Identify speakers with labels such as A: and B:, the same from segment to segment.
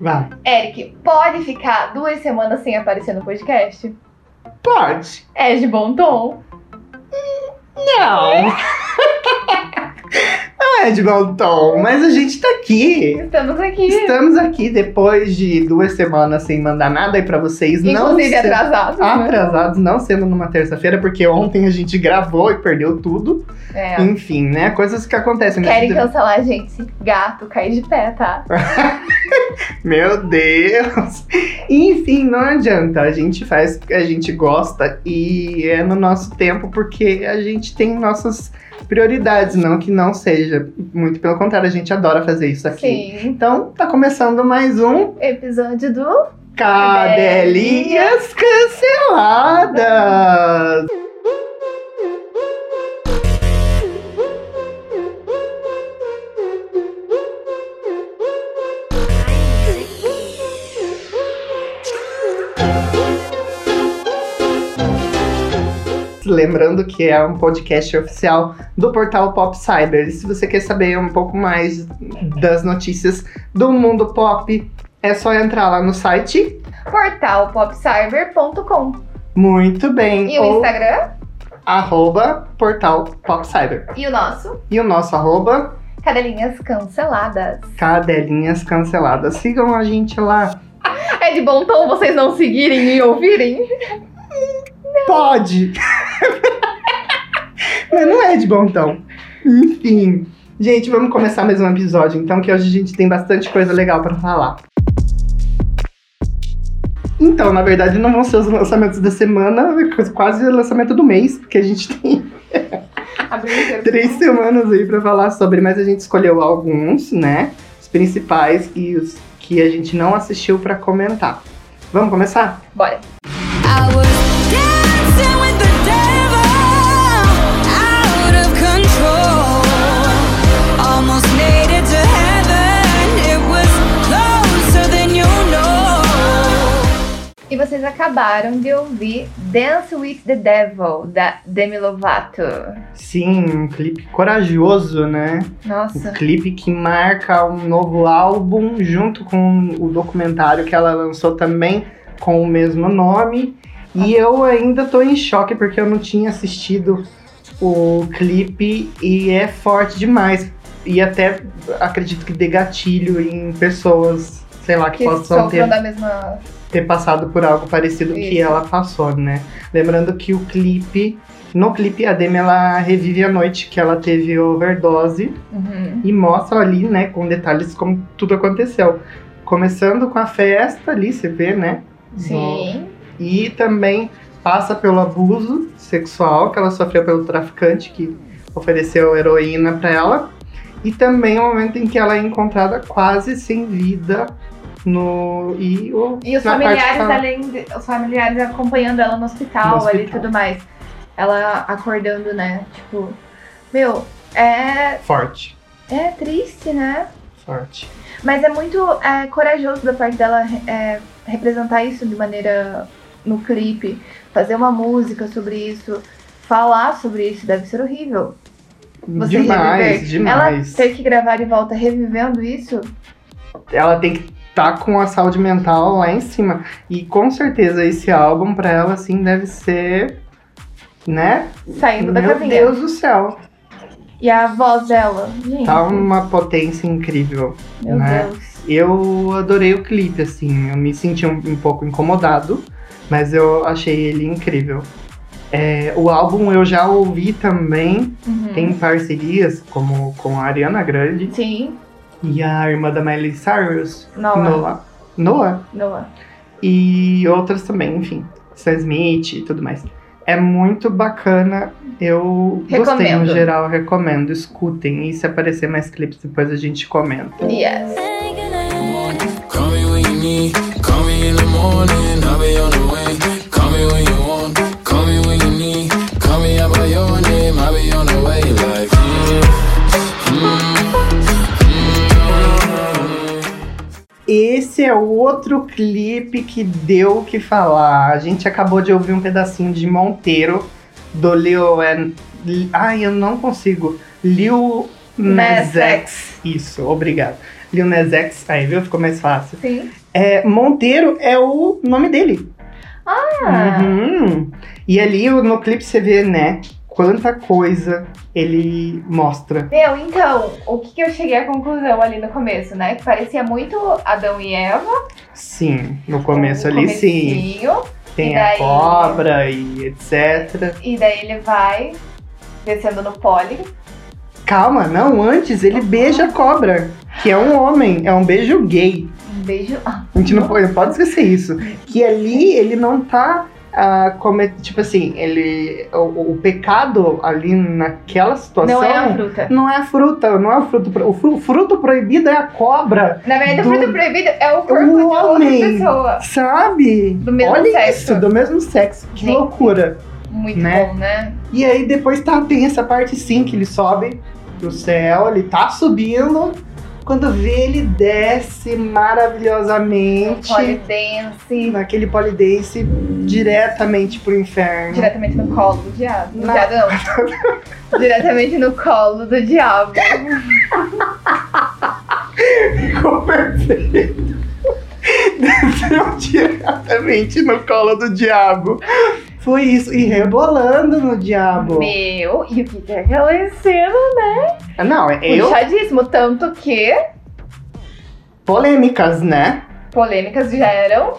A: Vai.
B: Eric, pode ficar duas semanas sem aparecer no podcast?
A: Pode.
B: É de bom tom?
A: Não. É. Não é de bom tom, mas a gente tá aqui.
B: Estamos aqui.
A: Estamos aqui depois de duas semanas sem mandar nada aí pra vocês. não
B: Inclusive
A: sendo- Ah,
B: atrasados. né?
A: atrasados, não sendo numa terça-feira, porque ontem a gente gravou e perdeu tudo.
B: É.
A: Enfim, né? Coisas que acontecem. né?
B: Querem cancelar a gente? se Gato, cai de pé, tá?
A: Meu Deus! Enfim, não adianta. A gente faz porque a gente gosta e é no nosso tempo porque a gente tem nossas prioridades, não que não seja. Muito pelo contrário, a gente adora fazer isso aqui.
B: Sim.
A: Então, tá começando mais um
B: Episódio do.
A: Cadelinhas Canceladas! Lembrando que é um podcast oficial do portal Pop Cyber. E se você quer saber um pouco mais das notícias do mundo pop, é só entrar lá no site.
B: Portal popcyber.com.
A: Muito bem.
B: E o
A: ou
B: Instagram?
A: arroba portal Pop Cyber.
B: E o nosso?
A: E o nosso arroba
B: Cadelinhas canceladas.
A: cadelinhas canceladas. Sigam a gente lá.
B: É de bom tom vocês não seguirem e ouvirem?
A: Pode! Mas não é de bom tom. Enfim. Gente, vamos começar mais um episódio, então, que hoje a gente tem bastante coisa legal pra falar. Então, na verdade, não vão ser os lançamentos da semana, é quase o lançamento do mês, porque a gente tem
B: Abrindo
A: três semanas aí pra falar sobre, mas a gente escolheu alguns, né? Os principais e os que a gente não assistiu pra comentar. Vamos começar?
B: Bora.
C: I was dancing with the devil, out of control. Almost made it to heaven. It was closer than you know.
B: E vocês acabaram de ouvir Dance with the Devil, da Demi Lovato.
A: Sim, um clipe corajoso, né? Um
B: Nossa.
A: clipe que marca um novo álbum junto com o documentário que ela lançou também com o mesmo nome. E eu ainda tô em choque porque eu não tinha assistido o clipe e é forte demais. E até acredito que dê gatilho em pessoas, sei lá, que,
B: Que
A: possam ter
B: sofram da mesma.
A: ter passado por algo parecido que
B: Isso.
A: ela passou, né? Lembrando que o clipe, no clipe a Demi ela revive a noite que ela teve overdose
B: Uhum.
A: e mostra ali, né, com detalhes como tudo aconteceu. Começando com a festa ali, você vê, né?
B: Sim.
A: E também passa pelo abuso sexual que ela sofreu pelo traficante que ofereceu heroína pra ela. E também o momento em que ela é encontrada quase sem vida no e, o,
B: E os
A: na parte que
B: familiares,
A: ela-
B: além de- os familiares acompanhando ela no hospital,
A: No
B: ali e
A: hospital.
B: tudo mais. Ela acordando, né? Tipo, meu, é,
A: forte,
B: é triste, né?
A: forte.
B: Mas é muito é, corajoso da parte dela é, representar isso de maneira no clipe, fazer uma música sobre isso, falar sobre isso, deve ser horrível. Você
A: demais,
B: reviver.
A: demais.
B: Ela ter que gravar de volta revivendo isso,
A: ela tem que estar com a saúde mental lá em cima. E com certeza esse álbum pra ela assim deve ser, né?
B: saindo da
A: Meu
B: casinha.
A: Deus do céu.
B: E a voz dela, gente.
A: Tá uma potência incrível.
B: Meu
A: né?
B: Deus.
A: Eu adorei o clipe assim, eu me senti um, um pouco incomodado, mas eu achei ele incrível. É, o álbum eu já ouvi também,
B: Uhum.
A: tem parcerias como com a Ariana Grande
B: Sim,
A: e a irmã da Miley Cyrus,
B: Noah.
A: Noah. Noah?
B: Noah.
A: e outras também, enfim, Sam Smith e tudo mais. É muito bacana, eu gostei no
B: Recomendo.
A: geral, eu recomendo, escutem. E se aparecer mais clipes, depois a gente comenta.
B: Yes.
D: Call me when you need, call me in the morning, I'll be on the way. Call me when you want, call me when you need, call me out by your name, I'll be on the way. Like, mm.
A: Esse é outro clipe que deu o que falar. A gente acabou de ouvir um pedacinho de Monteiro, do Leo. and- Ai, eu não consigo. Lil Nas X. Isso, obrigado. Lil Nas X, aí viu? Ficou mais fácil.
B: Sim.
A: É, Monteiro é o nome dele.
B: Ah,
A: Uhum. E ali o- no clipe você vê, né? Quanta coisa ele mostra.
B: Meu, então, o que, que eu cheguei à conclusão ali no começo, né? Que parecia muito Adão e Eva.
A: Sim, no começo
B: o
A: ali sim.
B: comecinho,
A: Tem
B: E
A: a
B: daí?
A: cobra e etc.
B: E daí ele vai descendo no pole.
A: Calma, não, antes ele beija a cobra, que é um homem, é um beijo gay.
B: Um beijo. Ah,
A: A gente não pode, pode esquecer isso. Que ali ele não tá ah, come- tipo assim, ele. O, o pecado ali naquela situação.
B: não é a fruta.
A: não é a fruta, não é o fruto. pro- O fru- fruto proibido é a cobra,
B: Na verdade,
A: Do-
B: o fruto proibido é o corpo
A: O
B: de outra
A: homem.
B: pessoa.
A: sabe?
B: Do mesmo
A: Olha
B: sexo.
A: isso, do mesmo sexo. Que
B: Gente.
A: loucura.
B: Muito
A: Né?
B: bom, né?
A: E aí depois tá, tem essa parte sim que ele sobe pro céu, ele tá subindo. Quando vê, ele desce
B: Um
A: maravilhosamente.
B: pole dance.
A: naquele polidense diretamente pro inferno.
B: Diretamente no colo do diabo.
A: Não.
B: No diabo não. Diretamente no colo do diabo.
A: Ficou perfeito. Desceu diretamente no colo do diabo. Foi isso, e rebolando no diabo.
B: Meu, e o que que é aquela cena? né?
A: Não, é eu.
B: Puxadíssimo, tanto que
A: Polêmicas, né?
B: polêmicas geram.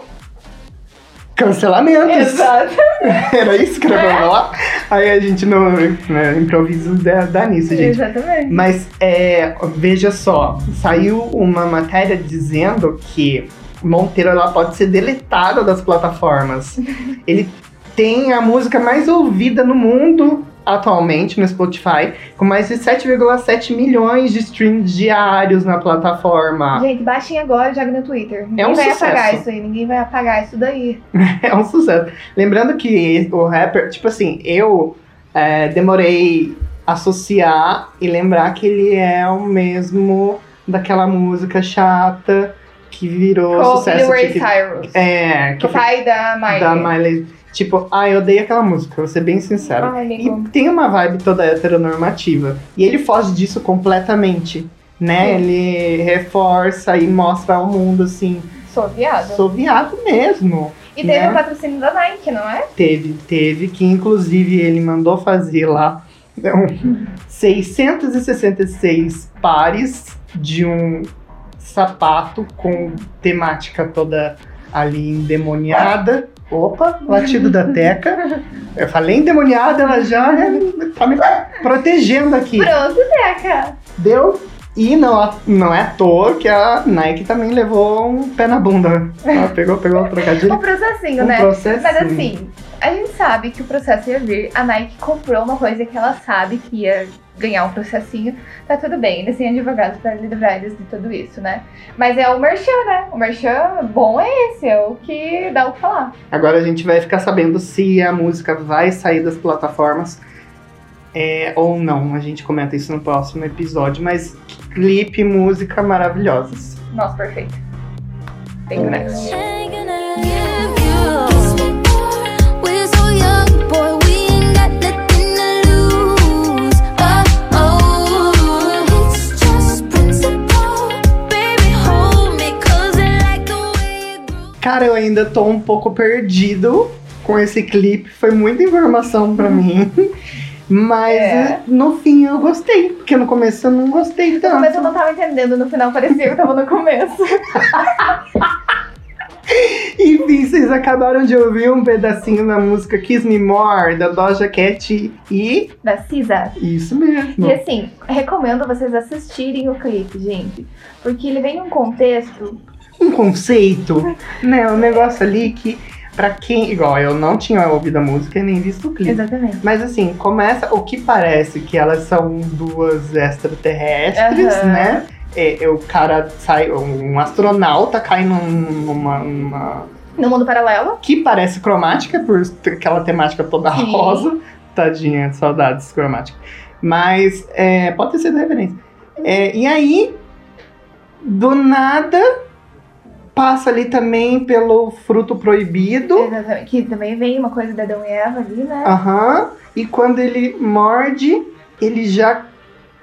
A: Cancelamentos.
B: Exato.
A: Era isso que eu ia falar. Aí a gente não. Né, improviso dá, dá nisso, gente.
B: Exatamente.
A: Mas é, veja só, saiu uma matéria dizendo que Monteiro ela pode ser deletada das plataformas. Ele tem a música mais ouvida no mundo atualmente no Spotify, com mais de 7,7 milhões de streams diários na plataforma.
B: Gente, baixem agora e joguem no Twitter. Ninguém
A: Ah. um
B: vai
A: sucesso.
B: apagar isso aí, ninguém vai apagar isso daí.
A: É um sucesso. Lembrando que o rapper, tipo assim, eu é, demorei associar e lembrar que ele é o mesmo daquela música chata que virou
B: Com
A: sucesso.
B: Billy Ray
A: tipo,
B: Cyrus.
A: é, que
B: o pai da Miley.
A: da Miley. Tipo, ah, eu odeio aquela música, vou ser bem sincero.
B: Ai,
A: E
B: amigo.
A: tem uma vibe toda heteronormativa. E ele foge disso completamente. Né? Ele reforça e mostra ao mundo assim.
B: Sou viado.
A: Sou viado mesmo.
B: E teve
A: né?
B: o patrocínio da Nike, não é?
A: Teve, teve, que inclusive ele mandou fazer lá um, 666 pares de um sapato com temática toda ali endemoniada. Opa, latido da Teca. Eu falei endemoniada, ela já tá me protegendo aqui.
B: Pronto, Teca.
A: Deu. E não, à- não é à toa que a Nike também levou um pé na bunda. Ela pegou, pegou o trocadilho.
B: Um processinho,
A: Um
B: né?
A: processo.
B: Mas assim, a gente sabe que o processo ia vir. A Nike comprou uma coisa que ela sabe que ia ganhar um processinho. Tá tudo bem, eles têm advogados pra livrar eles de tudo isso, né? Mas é o merchan, né? O merchan bom é esse, é o que dá o que falar.
A: Agora a gente vai ficar sabendo se a música vai sair das plataformas é, ou não. A gente comenta isso no próximo episódio. Mas que clipe, música maravilhosas.
B: Nossa, perfeito. Thank you, next.
C: We're so young, boy, we ain't got nothing to lose. oh, it's just principle. Baby, hold me, cause I like the way you groove.
A: Cara, eu ainda tô um pouco perdido com esse clipe. Foi muita informação pra mim. Mas
B: Uhum. É.
A: no fim eu gostei, porque no começo eu não gostei tanto.
B: Mas eu não tava entendendo, no final parecia que eu tava no começo.
A: Enfim, vocês acabaram de ouvir um pedacinho da música Kiss Me More, da Doja Cat e.
B: Da Cisa.
A: Isso mesmo.
B: E assim, recomendo vocês assistirem o clipe, gente. Porque ele vem num contexto
A: um conceito, né? Um negócio ali que, pra quem. Igual, eu não tinha ouvido a música e nem visto o clipe.
B: Exatamente.
A: Mas assim, começa o que parece que elas são duas extraterrestres,
B: Aham.
A: né? É, é, o cara sai, um astronauta cai num- numa, numa-
B: No mundo paralelo.
A: que parece cromática, por ter aquela temática toda
B: Sim.
A: rosa. Tadinha, saudades cromática. Mas é, pode ter sido referência. É, e aí, do nada, passa ali também pelo fruto proibido.
B: Exatamente. Que também vem uma coisa da Adão e Eva ali, né?
A: Ah. Aham. E quando ele morde, ele já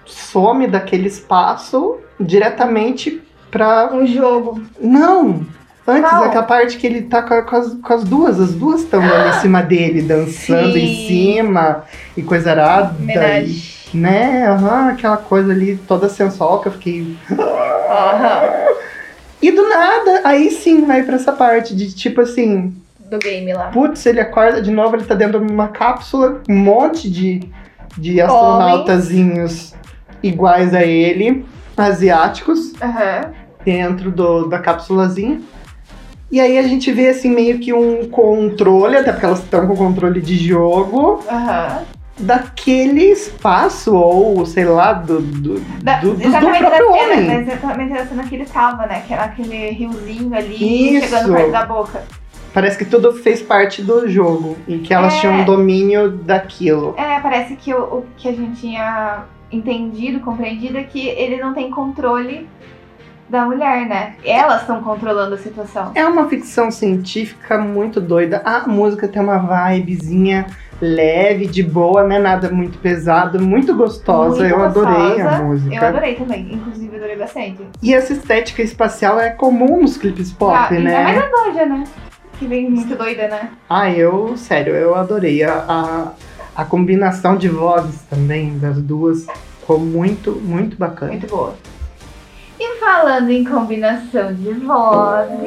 A: some daquele espaço diretamente pra.
B: Um jogo.
A: Não! Antes,
B: Qual?
A: é aquela parte que ele tá com, a- com as, com as duas, as duas estão ali em cima dele, dançando em
B: Sim.
A: cima e coisa arada. e-
B: Homenagem.
A: Né? Aham, aquela coisa ali toda sensual que eu fiquei. Tá
B: Aham.
A: E do nada, aí sim vai pra essa parte de tipo assim,
B: Do game lá.
A: Putz, ele acorda de novo, ele tá dentro de uma cápsula, um monte de, de astronautazinhos iguais a ele, asiáticos,
B: Aham.
A: dentro do, da cápsulazinha. E aí a gente vê assim meio que um controle, até porque elas estão com controle de jogo,
B: Aham.
A: daquele espaço, ou sei lá, do, do,
B: Da-
A: do, do- do
B: exatamente da
A: próprio
B: cena, né?
A: homem.
B: Mas exatamente da cena que ele tava, né? Que era aquele riozinho ali
A: Isso.
B: chegando perto da boca.
A: Parece que tudo fez parte do jogo, e que elas
B: É.
A: tinham um domínio daquilo.
B: É, parece que o, o que a gente tinha entendido, compreendido, é que ele não tem controle da mulher, né? Elas estão controlando a situação.
A: É uma ficção científica muito doida. A música tem uma vibezinha leve, de boa, não é nada muito pesado, muito gostosa.
B: Muito
A: eu adorei a
B: gostosa.
A: música.
B: Eu adorei também, inclusive adorei bastante.
A: E essa estética espacial é comum nos clipes pop,
B: ah, Ainda mais
A: né?
B: a Doja, né? Que vem muito doida, né?
A: Ah, eu, sério, eu adorei a, a, a combinação de vozes também das duas. Ficou muito, muito bacana.
B: Muito boa. E falando em combinação de vozes,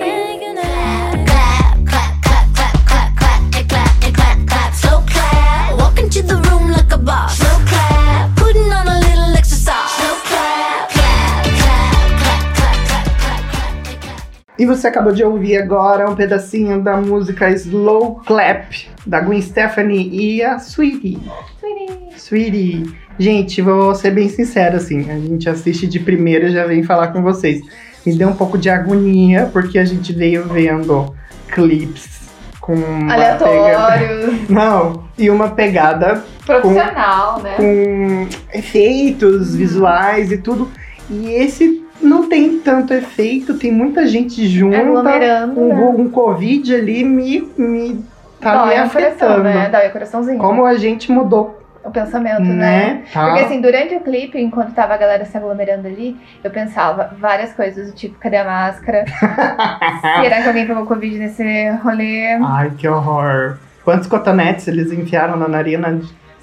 C: Clap, clap, clap, clap, clap, clap, and clap, and clap, clap. Slow clap. Walk into the room like a boss. Slow clap. Putting on a little extra sauce. Slow clap. Clap, clap, clap, clap, clap, clap, clap, and clap.
A: E você acabou de ouvir agora um pedacinho da música Slow Clap, da Gwen Stefani e a Sweetie.
B: Sweetie.
A: Sweetie, gente, vou ser bem sincero assim, a gente assiste de primeira e já vem falar com vocês. Me deu um pouco de agonia porque a gente veio vendo clips com uma pega-
B: aleatórios,
A: Não, e uma pegada
B: profissional, né?
A: com
B: Uhum.
A: efeitos visuais e tudo. E esse não tem tanto efeito, tem muita gente junta.
B: Aglomerando,
A: Um,
B: É né?
A: gu- um covid ali me me tá me
B: Dói o coração,
A: afetando.
B: né? Dói o coraçãozinho.
A: Como a gente mudou,
B: O pensamento, né?
A: né? Tá.
B: Porque assim, durante o clipe, enquanto tava a galera se aglomerando ali, eu pensava várias coisas, do tipo, cadê a máscara? Será que alguém pegou Covid nesse rolê?
A: Ai, que horror. Quantos cotonetes eles enfiaram na narina?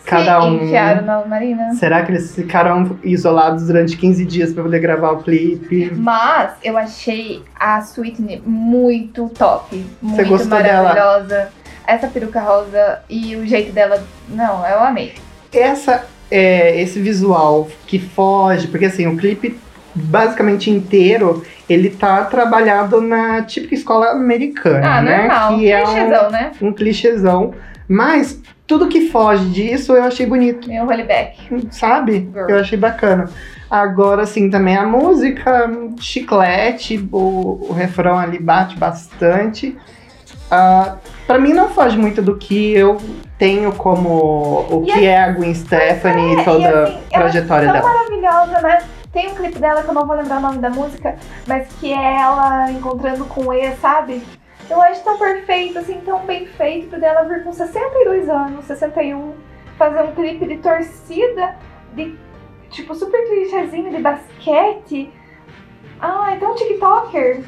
A: Cada
B: se
A: um, né?
B: enfiaram na marina.
A: Será que eles ficaram isolados durante 15 dias pra poder gravar o clipe?
B: Mas eu achei a Sweetney muito top, muito
A: gostou dela?
B: maravilhosa. Essa peruca rosa e o jeito dela. Não, eu amei.
A: Essa, é, esse visual que foge, porque assim, o clipe basicamente inteiro, ele tá trabalhado na típica escola americana,
B: Ah,
A: né?
B: normal.
A: Que é um,
B: Clichêzão, né?
A: um clichêzão. Mas tudo que foge disso eu achei bonito.
B: Meu rollback.
A: sabe?
B: Girl.
A: Eu achei bacana. Agora, assim, também a música, chiclete, o, o refrão ali bate bastante. Ah, pra mim não foge muito do que eu tenho como o
B: E
A: que é a Gwen Stefani e toda
B: e assim,
A: a trajetória
B: ela é tão
A: dela.
B: maravilhosa, né? Tem um clipe dela que eu não vou lembrar o nome da música, mas que é ela encontrando com o E, sabe? Eu acho tão perfeito, assim, tão bem feito pra dela vir com 62 anos, 61, fazer um clipe de torcida, de tipo super clichêzinho de basquete. Ah, é tão TikToker.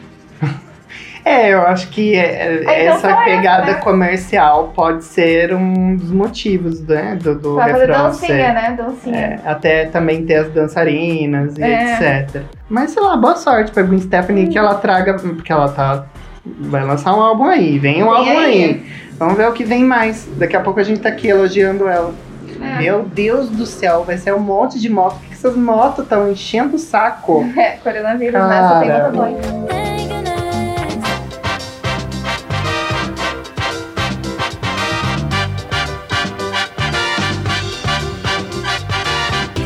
A: É, eu acho que é- é-
B: então
A: essa
B: só é,
A: pegada
B: né?
A: comercial pode ser um dos motivos, né? Do, do
B: Pra fazer
A: refrão ser-
B: dancinha, né? Dancinha.
A: É, até também ter as dançarinas e
B: É.
A: etc. Mas sei lá, boa sorte pra Gwen Stephanie que ela traga, porque ela tá. Vai lançar um álbum aí, vem um
B: Vem
A: álbum aí.
B: aí.
A: Vamos ver o que vem mais. Daqui a pouco a gente tá aqui elogiando ela.
B: É.
A: Meu Deus do céu, vai ser um monte de moto. Por que essas motos estão enchendo o saco?
B: É, coronavírus, né? Só tem
A: Cara.
B: outra mãe.
C: Meganite.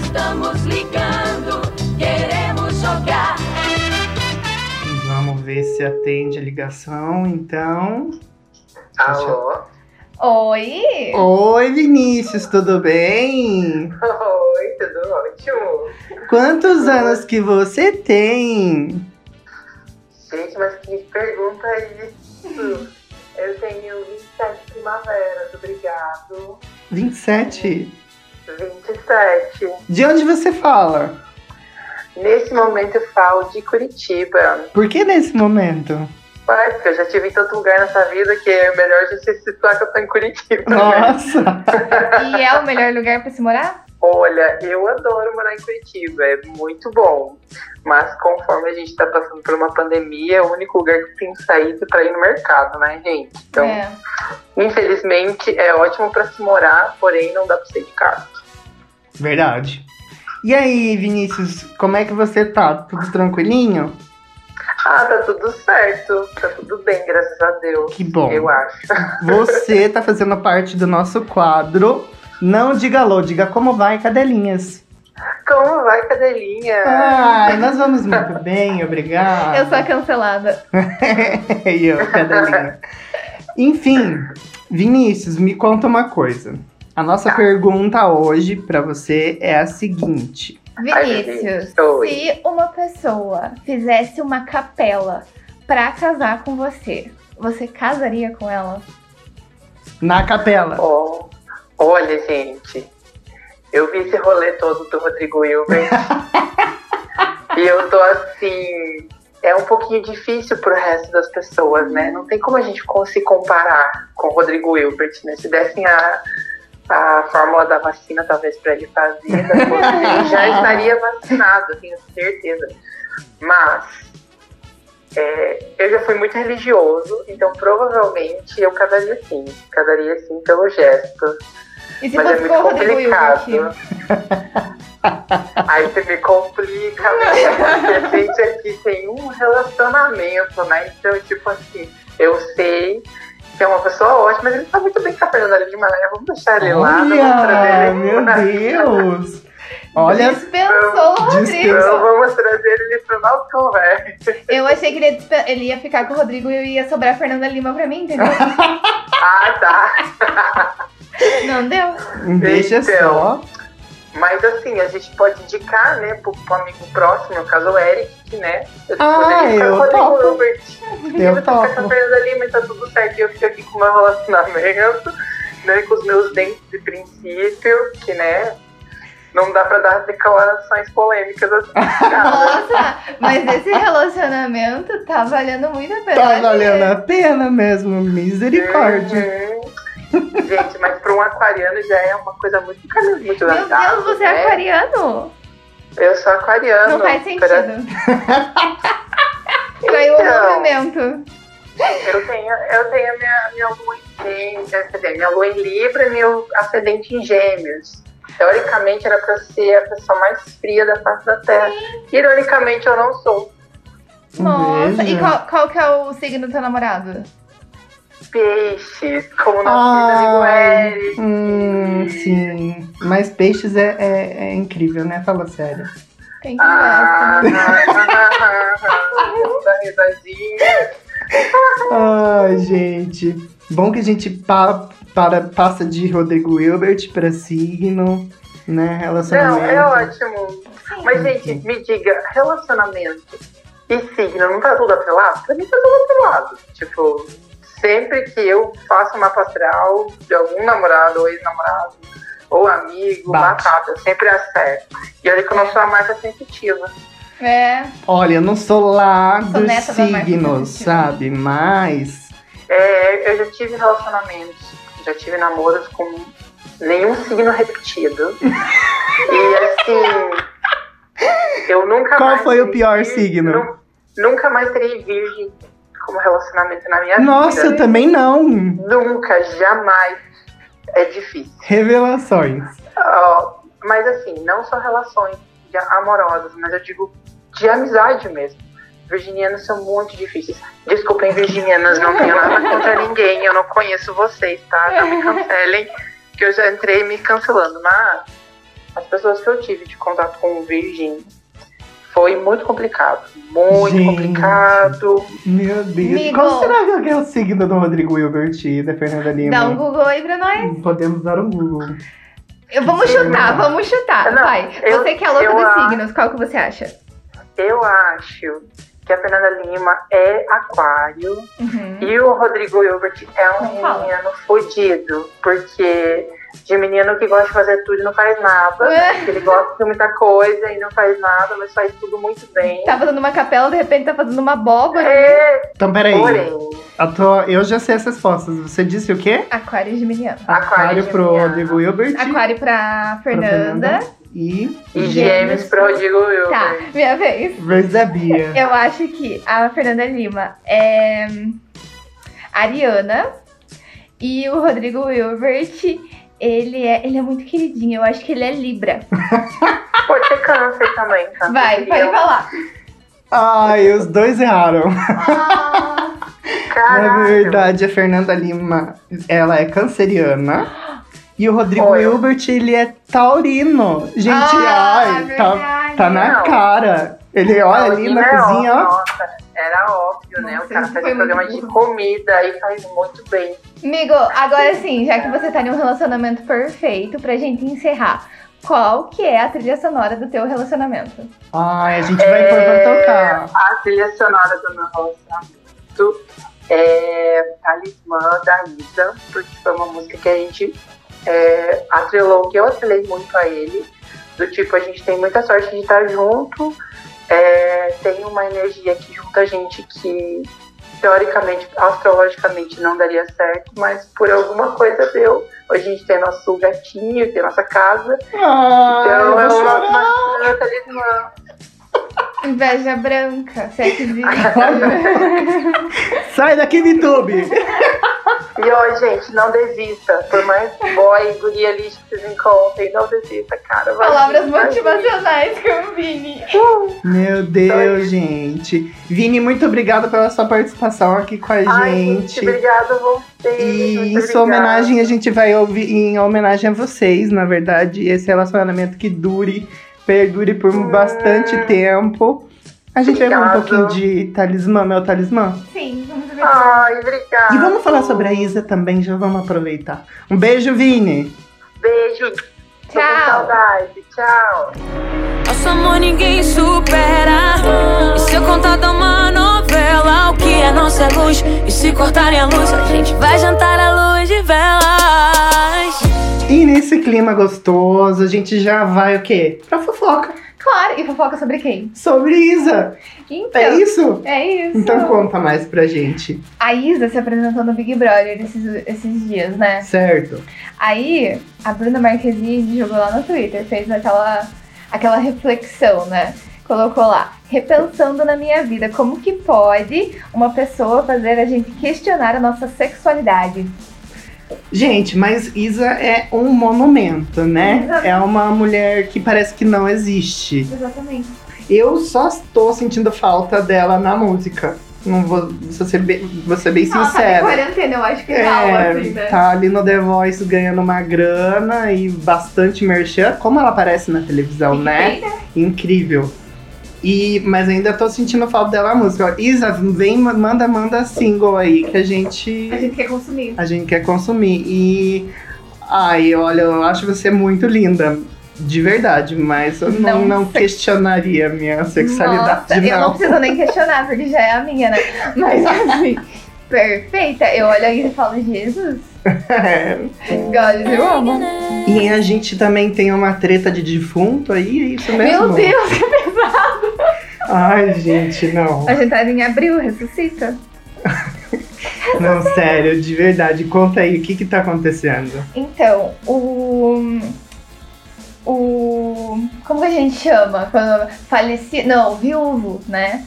E: Estamos ligando, queremos jogar.
A: Vamos ver se atende a ligação, então.
F: Alô?
B: Oi!
A: Oi, Vinícius, tudo bem?
F: Oi, tudo ótimo?
A: Quantos anos que você tem?
F: Gente, mas que pergunta é isso? Eu tenho 27 primaveras, obrigado.
A: 27.
F: 27.
A: De onde você fala?
F: Nesse momento eu falo de Curitiba.
A: Por que nesse momento?
F: Ué, porque eu já estive em tanto lugar nessa vida que é melhor a gente se situar que eu tô em Curitiba. né?
A: Nossa!
B: E é o melhor lugar pra se morar?
F: Olha, eu adoro morar em Curitiba, é muito bom. Mas conforme a gente tá passando por uma pandemia, é o único lugar que tem saída pra ir no mercado, né, gente? Então,
B: É.
F: infelizmente, é ótimo pra se morar, porém não dá pra sair de casa.
A: Verdade. E aí, Vinícius, como é que você tá? Tudo tranquilinho?
F: Ah, tá tudo certo, tá tudo bem, graças a Deus.
A: Que bom.
F: Eu acho.
A: Você tá fazendo parte do nosso quadro. Não diga alô, diga como vai, cadelinhas.
F: Como vai, cadelinha?
A: Ah, Ai, nós vamos muito bem, obrigado.
B: Eu sou a cancelada.
A: E eu, cadelinha. Enfim, Vinícius, me conta uma coisa. A nossa pergunta hoje pra você é a seguinte.
B: Vinícius,
F: Oi.
B: se uma pessoa fizesse uma capela pra casar com você, você casaria com ela?
A: Na capela.
F: Ó, olha, gente, eu vi esse rolê todo do Rodrigo Hilbert e eu tô assim. É um pouquinho difícil pro resto das pessoas, né? Não tem como a gente con- se comparar com o Rodrigo Hilbert, né? Se dessem a, a fórmula da vacina, talvez, pra ele fazer, ele já estaria vacinado, eu tenho certeza. Mas é, eu já fui muito religioso, então provavelmente eu casaria sim. Casaria sim pelo gesto.
B: E se
F: Mas é
B: fosse com
F: muito
B: o Rodrigo Hilbert?
F: complicado. Aí você me complica, né? porque a gente aqui tem um relacionamento, né? Então, tipo assim, eu sei que é uma pessoa ótima, mas ele tá muito bem com a Fernanda de Maranhão, vamos deixar ele lá, não vou trazer
A: Olha,
F: ele
A: meu
F: pra-
A: Deus. Olha,
B: Dispensou o Rodrigo.
A: Deus.
F: Não vamos trazer ele pro nosso conversa.
B: Eu achei que ele ia, dispen- ele ia ficar com o Rodrigo e ia sobrar a Fernanda Lima pra mim, entendeu?
F: Ah, tá.
B: Não deu?
A: um deixa só.
F: Então. Mas assim, a gente pode indicar, né, pro, pro amigo próximo, no caso o Eric, que, né? Eu
A: Ah,
F: poderia ficar
A: eu
F: com o Rodrigo
A: topo.
F: Hilbert.
A: Eu
F: Tá com a
A: topo.
F: perna ali, mas tá tudo certo. Eu fico aqui com o meu relacionamento, né? Com os meus dentes de princípio, que, né? Não dá pra dar declarações polêmicas assim. cara.
B: Nossa, mas esse relacionamento tá valendo muito a pena.
A: Tá
B: né?
A: valendo a pena mesmo, misericórdia.
F: Uhum. Gente, mas pra um aquariano já é uma coisa muito caminho, muito né?
B: Meu Deus, você é aquariano?
F: Eu sou
B: Não
F: aquariano.
B: faz
F: Pra-
B: sentido. Caiu o
F: Então.
B: movimento.
F: Eu tenho, eu tenho a minha, minha lua em gêmeos, quer dizer, minha lua em Libra e meu ascendente em gêmeos. Teoricamente era pra eu ser a pessoa mais fria da face da Terra. Ironicamente eu não sou.
B: Nossa,
A: Veja.
B: e qual, qual que é o signo do teu namorado?
F: Peixes, como o nosso amigo
A: Ai,
F: Eric.
A: Ah, hum, sim. Mas peixes é, é- é incrível, né? Fala sério.
B: Tem que
F: Ah,
B: ver.
F: da risadinha.
A: Ai, gente. Bom que a gente pa- para, passa de Rodrigo Hilbert pra signo, né? Relacionamento.
F: Não, é ótimo. Mas, gente, me diga, relacionamento e signo não tá tudo atrelado? Pra mim tá tudo atrelado. Tipo, sempre que eu faço uma astral de algum namorado ou ex-namorado ou amigo,
A: Bate.
F: batata, eu sempre acerto. E olha que eu não sou a marca sensitiva.
B: É,
A: Olha, eu não sou lá
B: Sou
A: dos
B: neta da Marta
A: signos,
B: Sensitiva.
A: sabe? Mas.
F: É, eu já tive relacionamentos, já tive namoros com nenhum signo repetido. e assim, eu nunca
A: Qual
F: mais
A: foi o
F: terei
A: pior
F: virgem,
A: signo?
F: nu- Nunca mais terei virgem como relacionamento na minha
A: Nossa, eu
F: vida.
A: também não!
F: Nunca, jamais. É difícil.
A: Revelações.
F: Ó, mas assim, não só relações de- amorosas, mas eu digo de amizade mesmo. Virginianos são muito difíceis. Desculpem, virginianas, não tenho nada contra ninguém, eu não conheço vocês, tá? Não me cancelem, que eu já entrei me cancelando. Mas as pessoas que eu tive de contato com o virgem foi muito complicado. Muito
A: Gente.
F: complicado.
A: Meu Deus.
B: Amigo.
A: Qual será que é o signo do Rodrigo Hilbert e da Fernanda Lima?
B: dá um Google aí pra nós.
A: Podemos dar um Google.
B: Eu- Vamos chutar, vamos chutar.
F: Não,
B: vai.
F: eu-
B: Você que é louca
F: eu
B: dos
F: acho-
B: signos, qual que você acha?
F: Eu acho que a Fernanda Lima é aquário.
B: Uhum.
F: E o Rodrigo Hilbert é um
B: Não fala.
F: menino fodido, porque de menino que gosta de fazer tudo e não faz nada.
B: É.
F: que Ele gosta de muita coisa e não faz nada, mas faz tudo muito bem.
B: Tá fazendo uma capela, de repente tá fazendo uma abóbora.
F: É,
A: Então, peraí.
F: porém,
A: Eu, tô- eu já sei as respostas. Você disse o quê?
B: Aquário geminiano.
F: Aquário
A: Aquário pro
F: geminiano.
A: Rodrigo Wilbert.
B: Aquário pra
A: pra
B: Fernanda.
A: E
F: e gêmeos pro Rodrigo Wilber.
B: Tá, minha vez.
A: Verzabia.
B: Eu acho que a Fernanda Lima é Ariana e o Rodrigo Wilbert, ele é, ele é muito queridinho. Eu acho que ele é Libra.
F: Pode ser câncer também, tá?
B: Vai, pode falar.
A: Ai, os dois erraram. Na
F: Caralho.
A: É verdade, a Fernanda Lima, ela é canceriana. E o Rodrigo
F: Olha.
A: Hilbert, ele é taurino. Gente,
B: Ah,
A: ai, tá,
B: verdade.
A: tá na
F: é Não.
A: cara. Ele olha ali na
F: Não,
A: cozinha, ó.
F: Nossa, era óbvio, né? O
B: Nossa,
F: cara
B: isso
F: faz
B: foi
F: um programa
B: muito
F: de comida e faz muito bem.
B: Amigo, agora sim, já que você tá em um relacionamento perfeito, pra gente encerrar. Qual que é a trilha sonora do teu relacionamento?
A: Ai, a gente
F: É.
A: vai pôr pra tocar.
F: A trilha é sonora do meu relacionamento é Talismã da Isa, porque foi uma música que a gente é, atrelou, que eu atrelei muito a ele. Do tipo, a gente tem muita sorte de estar junto, é, tem uma energia que junta a gente que teoricamente, astrologicamente não daria certo, mas por alguma coisa deu. Hoje a gente tem nosso gatinho, tem nossa casa,
A: Ai, Ah, eu
F: então é
A: vou
F: uma,
A: chorar.
F: uma, uma talismã.
B: Inveja branca, sexo de...
A: Sai daqui, VTube!
F: E ó, gente, não desista. Por mais boy e guria lixo que vocês encontrem, não desista, cara. Vai
B: Palavras
F: vir, vai vir.
B: motivacionais com o Vini.
A: Meu Deus, gente. Vini, muito obrigada pela sua participação aqui com a
F: Ai, gente,
A: gente.
F: obrigada a vocês.
A: E
F: muito
A: em sua
F: obrigada.
A: homenagem, a gente vai ouvir em homenagem a vocês, na verdade, esse relacionamento que dure, perdure por bastante tempo. A gente vai ouvir um
F: Obrigado.
A: pouquinho de talismã, meu talismã.
B: Sim, vamos ver.
F: Ai, obrigada.
A: E vamos falar sobre a Isa também, já vamos aproveitar. Um beijo, Vini!
F: Beijo. Tô com
B: Tchau.
F: saudade. Tchau.
E: Nosso amor ninguém supera. E se eu contar dá uma novela, o que é nossa é luz. E se cortarem a luz, a gente vai jantar à luz de velas.
A: E nesse clima gostoso, a gente já vai o quê? Pra fofoca.
B: Claro, e fofoca sobre quem?
A: Sobre Isa.
B: Então,
A: É isso?
B: é isso.
A: Então conta mais pra gente,
B: A Isa se apresentou no Big Brother esses, esses dias, né?
A: certo?
B: Aí, a Bruna Marquezine jogou lá no Twitter, fez aquela, aquela reflexão, né? Colocou lá, repensando na minha vida, como que pode uma pessoa fazer a gente questionar a nossa sexualidade?
A: Gente, mas Isa é um monumento, né?
B: Exatamente.
A: É uma mulher que parece que não existe.
B: Exatamente.
A: Eu só estou sentindo falta dela na música. Não vou, vou ser bem, vou ser bem
B: Ela tá em
A: sincera.
B: quarentena, eu acho que
A: É,
B: não, assim, né?
A: tá ali no The Voice ganhando uma grana e bastante merchan, como ela aparece na televisão, né? Incrível. E, mas ainda tô sentindo falta dela na música. Ó, Isa, vem, manda, manda single aí que a gente
B: A gente quer consumir.
A: a gente quer consumir. E. Ai, olha, eu acho você muito linda. De verdade, mas eu não,
B: Não
A: não,
B: sei.
A: questionaria a minha
B: Nossa,
A: sexualidade,
B: eu não
A: não.
B: preciso nem questionar, porque já é a minha, né? Mas assim, perfeita. Eu olho aí e falo, Jesus,
A: É.
B: God, eu amo.
A: E a gente também tem uma treta de defunto aí, é isso mesmo?
B: Meu Deus,
A: Ai, gente, não.
B: a gente tá em abril, ressuscita.
A: Não, sério, de verdade. Conta aí, o que que tá acontecendo?
B: Então, o. O. Como que a gente chama? Quando falecido. Não, viúvo, né?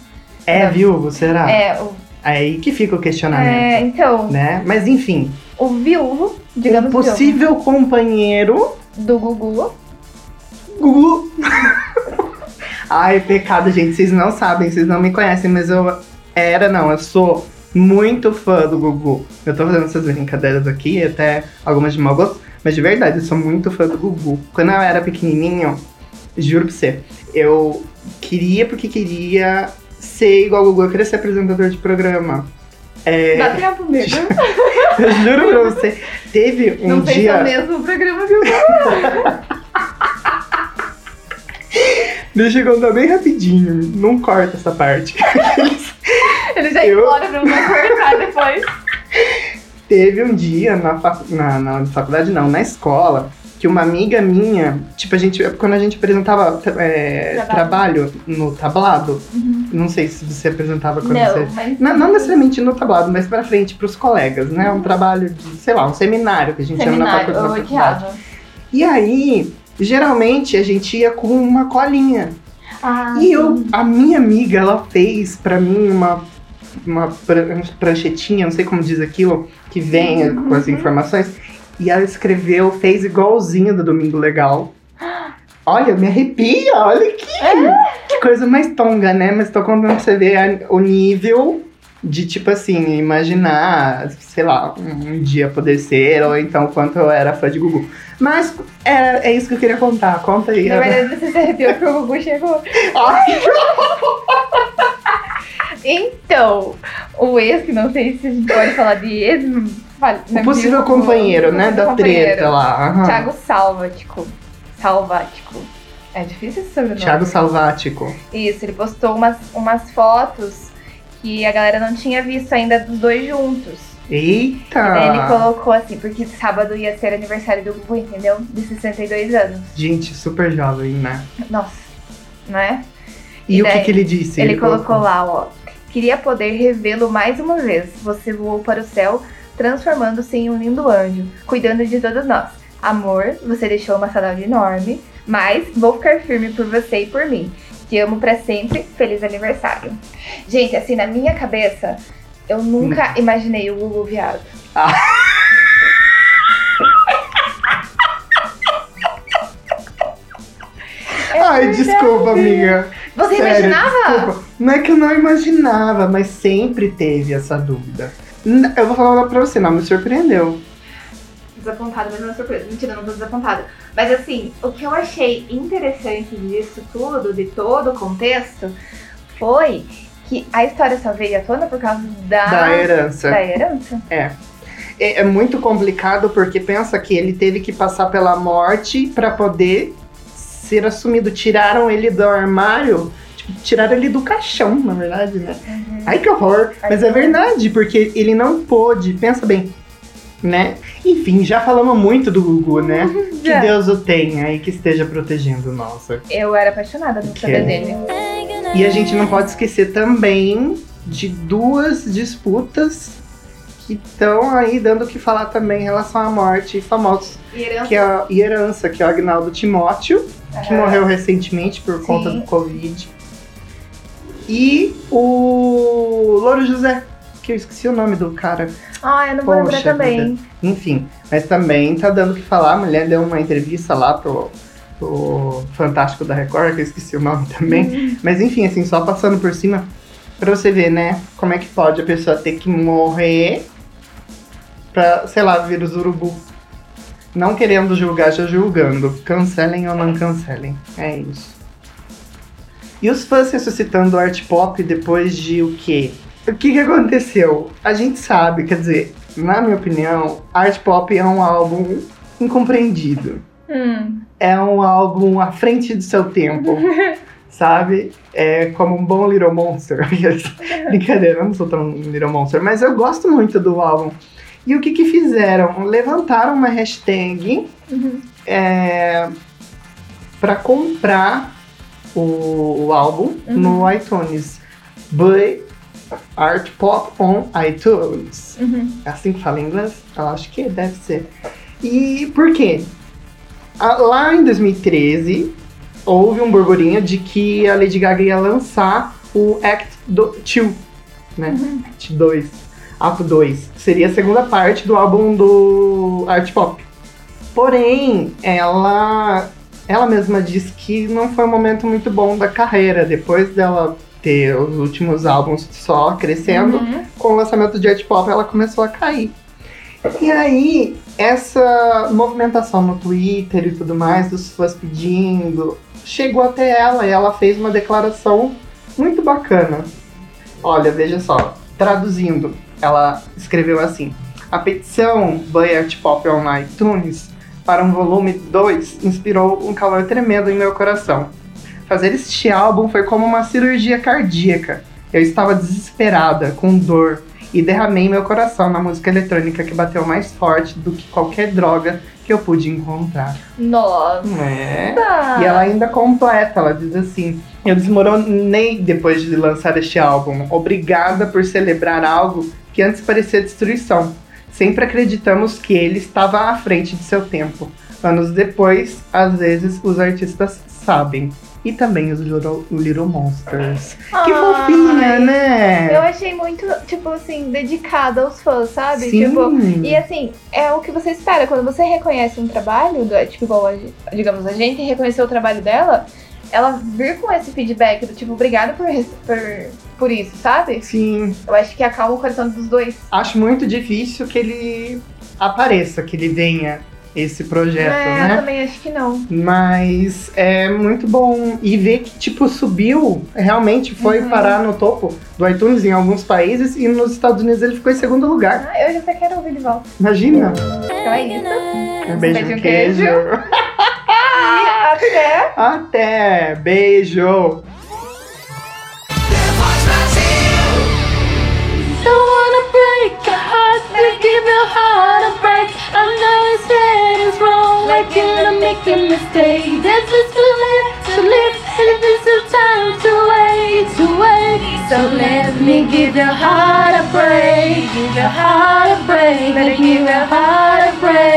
A: É
B: Não.
A: viúvo, será?
B: É, o,
A: Aí que fica o
B: é,
A: questionamento,
B: então,
A: Ah. né? Mas enfim, um
B: o viúvo, digamos viúvo,
A: possível companheiro
B: do Gugu.
A: Gugu. Ai, pecado, gente. Vocês não sabem, vocês não me conhecem, mas eu era, não, eu sou muito fã do Gugu. Eu tô fazendo essas brincadeiras aqui, até algumas de mau gosto, mas de verdade, eu sou muito fã do Gugu. Quando eu era pequenininho, juro pra você, eu queria porque queria ser igual ao Gugu, eu queria ser apresentador de programa. É,
B: Dá tempo mesmo.
A: eu juro pra você. Teve um
B: não fez
A: dia.
B: o mesmo programa que o Gugu.
A: Deixa eu contar bem rapidinho. Não corta essa parte.
B: Ele já
A: Eu-
B: implora pra não cortar depois.
A: Te- teve um dia na, fac- na, na faculdade, não, na escola, que uma amiga minha, tipo, a gente, quando a gente apresentava é, trabalho.
B: Trabalho.
A: no tablado,
B: Uhum.
A: não sei se você apresentava quando você
B: Não, mas.
A: não, não necessariamente no tablado, mas pra frente, pros colegas, né? Um trabalho de, sei lá, um seminário que a gente chama na
B: Uhum. Seminário, oh,
A: facu- na
B: eu
A: faculdade.
B: odiava.
A: E aí, geralmente, a gente ia com uma colinha.
B: Ah,
A: e eu, a minha amiga, ela fez pra mim uma, uma pran- pranchetinha, não sei como diz aquilo, que vem
B: Uhum.
A: com as informações. E ela escreveu, fez igualzinho do Domingo Legal. Olha, me arrepia, olha que,
B: É?
A: que coisa mais tonga, né? Mas tô contando pra você ver a- o nível de, tipo assim, imaginar, sei lá, um, um dia poder ser, ou então quanto eu era fã de Gugu. Mas é, é isso que eu queria contar, conta aí.
B: Na verdade, você se arrepiou porque o Gugu chegou.
A: Ai,
B: Então, o ex, que não sei se a gente pode falar de ex, não fale-
A: o
B: não
A: possível
B: digo,
A: companheiro,
B: o
A: né,
B: possível
A: da
B: companheiro.
A: treta lá. Ah. aham.
B: Thiago Salvático. Salvático. É difícil esse sobrenome.
A: Thiago Salvático.
B: Isso, ele postou umas, umas fotos que a galera não tinha visto ainda dos dois juntos.
A: Ah.
B: E daí ele
A: Eita!
B: colocou assim, porque sábado ia ser aniversário do Gugu, entendeu? De 62 anos.
A: Gente, super jovem, né?
B: Nossa, né?
A: E,
B: E
A: o que,
B: daí?
A: que ele disse?
B: Ele colocou lá, ó. Queria poder revê-lo mais uma vez. Você voou para o céu, transformando-se em um lindo anjo, cuidando de todos nós. Amor, você deixou uma saudade enorme, mas vou ficar firme por você e por mim. Te amo pra sempre. Feliz aniversário. Gente, assim, na minha cabeça, eu nunca imaginei o Gugu viado.
A: Hum. Ah.
B: É
A: Ai,
B: verdade.
A: desculpa, amiga.
B: Você
A: Sério,
B: imaginava?
A: desculpa. Não é que eu não imaginava, mas sempre teve essa dúvida. N- Eu vou falar pra você, não me surpreendeu.
B: desapontada, mas não é surpresa. Mentira, não tô desapontada. Mas assim, o que eu achei interessante disso tudo, de todo o contexto, foi que a história só veio à tona por causa da,
A: Da herança.
B: da herança.
A: É, é muito complicado porque pensa que ele teve que passar pela morte pra poder ser assumido. Tiraram ele do armário, tipo, tiraram ele do caixão, na verdade, né? Ai que horror!
B: Uhum. Ai,
A: Mas
B: que
A: é
B: horror.
A: verdade, porque ele não pôde, pensa bem, né? Enfim, já falamos muito do Gugu, né? Que
B: Já.
A: Deus o tenha e que esteja protegendo, nossa.
B: Eu era apaixonada no
A: Que-
B: saber dele.
A: E a gente não pode esquecer também de duas disputas que estão aí dando o que falar também em relação à morte e famosos,
B: E herança.
A: que é a herança, que é o Agnaldo Timóteo, que
B: ah,
A: morreu recentemente por
B: Sim.
A: conta do Covid. E o Louro José, que eu esqueci o nome do cara.
B: Ah, eu não vou
A: Poxa
B: lembrar também.
A: Enfim, mas também tá dando o que falar. A mulher deu uma entrevista lá pro, pro Fantástico da Record, que eu esqueci o nome também. Mas enfim, assim, só passando por cima, pra você ver, né? Como é que pode a pessoa ter que morrer pra, sei lá, vir os urubu. Não querendo julgar, já julgando. Cancelem ou não cancelem. É isso. E os fãs ressuscitando o art pop depois de o quê? O que, que aconteceu? A gente sabe, quer dizer, na minha opinião, art pop é um álbum incompreendido.
B: Hum,
A: É um álbum à frente do seu tempo, sabe? É como um bom Little Monster. Brincadeira, eu não sou tão Little Monster, mas eu gosto muito do álbum. E o que que fizeram? Levantaram uma hashtag
B: Uhum.
A: é, para comprar o, o álbum
B: Uhum.
A: no iTunes. Buy Art Pop on iTunes.
B: uhum.
A: É assim que fala em inglês? Eu acho que deve ser. E por quê? A- Lá em 2013, houve um burburinho de que a Lady Gaga ia lançar o Act 2, né? Act 2. Ato 2. Seria a segunda parte do álbum do Art Pop. Porém, ela, ela mesma disse que não foi um momento muito bom da carreira. Depois dela ter os últimos álbuns só crescendo,
B: Uhum.
A: com o lançamento de art pop ela começou a cair. E aí, essa movimentação no Twitter e tudo mais, dos fãs pedindo, chegou até ela e ela fez uma declaração muito bacana. Olha, veja só, traduzindo, ela escreveu assim: A petição Buy Art Pop on iTunes para um volume 2 inspirou um calor tremendo em meu coração. Fazer este álbum foi como uma cirurgia cardíaca. Eu estava desesperada, com dor, e derramei meu coração na música eletrônica que bateu mais forte do que qualquer droga que eu pude encontrar.
B: Nossa!
A: É. E ela ainda completa, ela diz assim: Eu desmoronei depois de lançar este álbum, obrigada por celebrar algo que antes parecia destruição. Sempre acreditamos que ele estava à frente de seu tempo. Anos depois, às vezes os artistas sabem. E também os Little, Little Monsters. Que fofinha,
B: Ai,
A: né?
B: Eu achei muito, tipo assim, dedicada aos fãs, sabe?
A: Sim.
B: Tipo, E assim, é o que você espera. Quando você reconhece um trabalho, do- tipo, igual a, ge- digamos, a gente reconheceu o trabalho dela, ela vir com esse feedback do tipo, obrigada por, res- por, por isso, sabe?
A: Sim,
B: Eu acho que acalma o coração dos dois.
A: acho muito difícil que ele apareça, que ele venha esse projeto,
B: é,
A: né?
B: eu também acho que não.
A: Mas é muito bom. E ver que, tipo, subiu, realmente foi
B: Uhum.
A: parar no topo do iTunes em alguns países e nos Estados Unidos ele ficou em segundo lugar.
B: Ah, eu já até quero ouvir de volta.
A: Imagina!
B: Então é isso.
A: Um beijo,
B: beijo,
A: um
B: um
A: queijo.
B: E até.
A: Até! Beijo!
E: Don't wanna break your heart, but give your heart a break. I know it's dead, it's wrong, like you're making mistakes. This is to live, to live, and this is time to wait, to wait. So let me give your heart a break, give your heart a break, let me give your heart a break.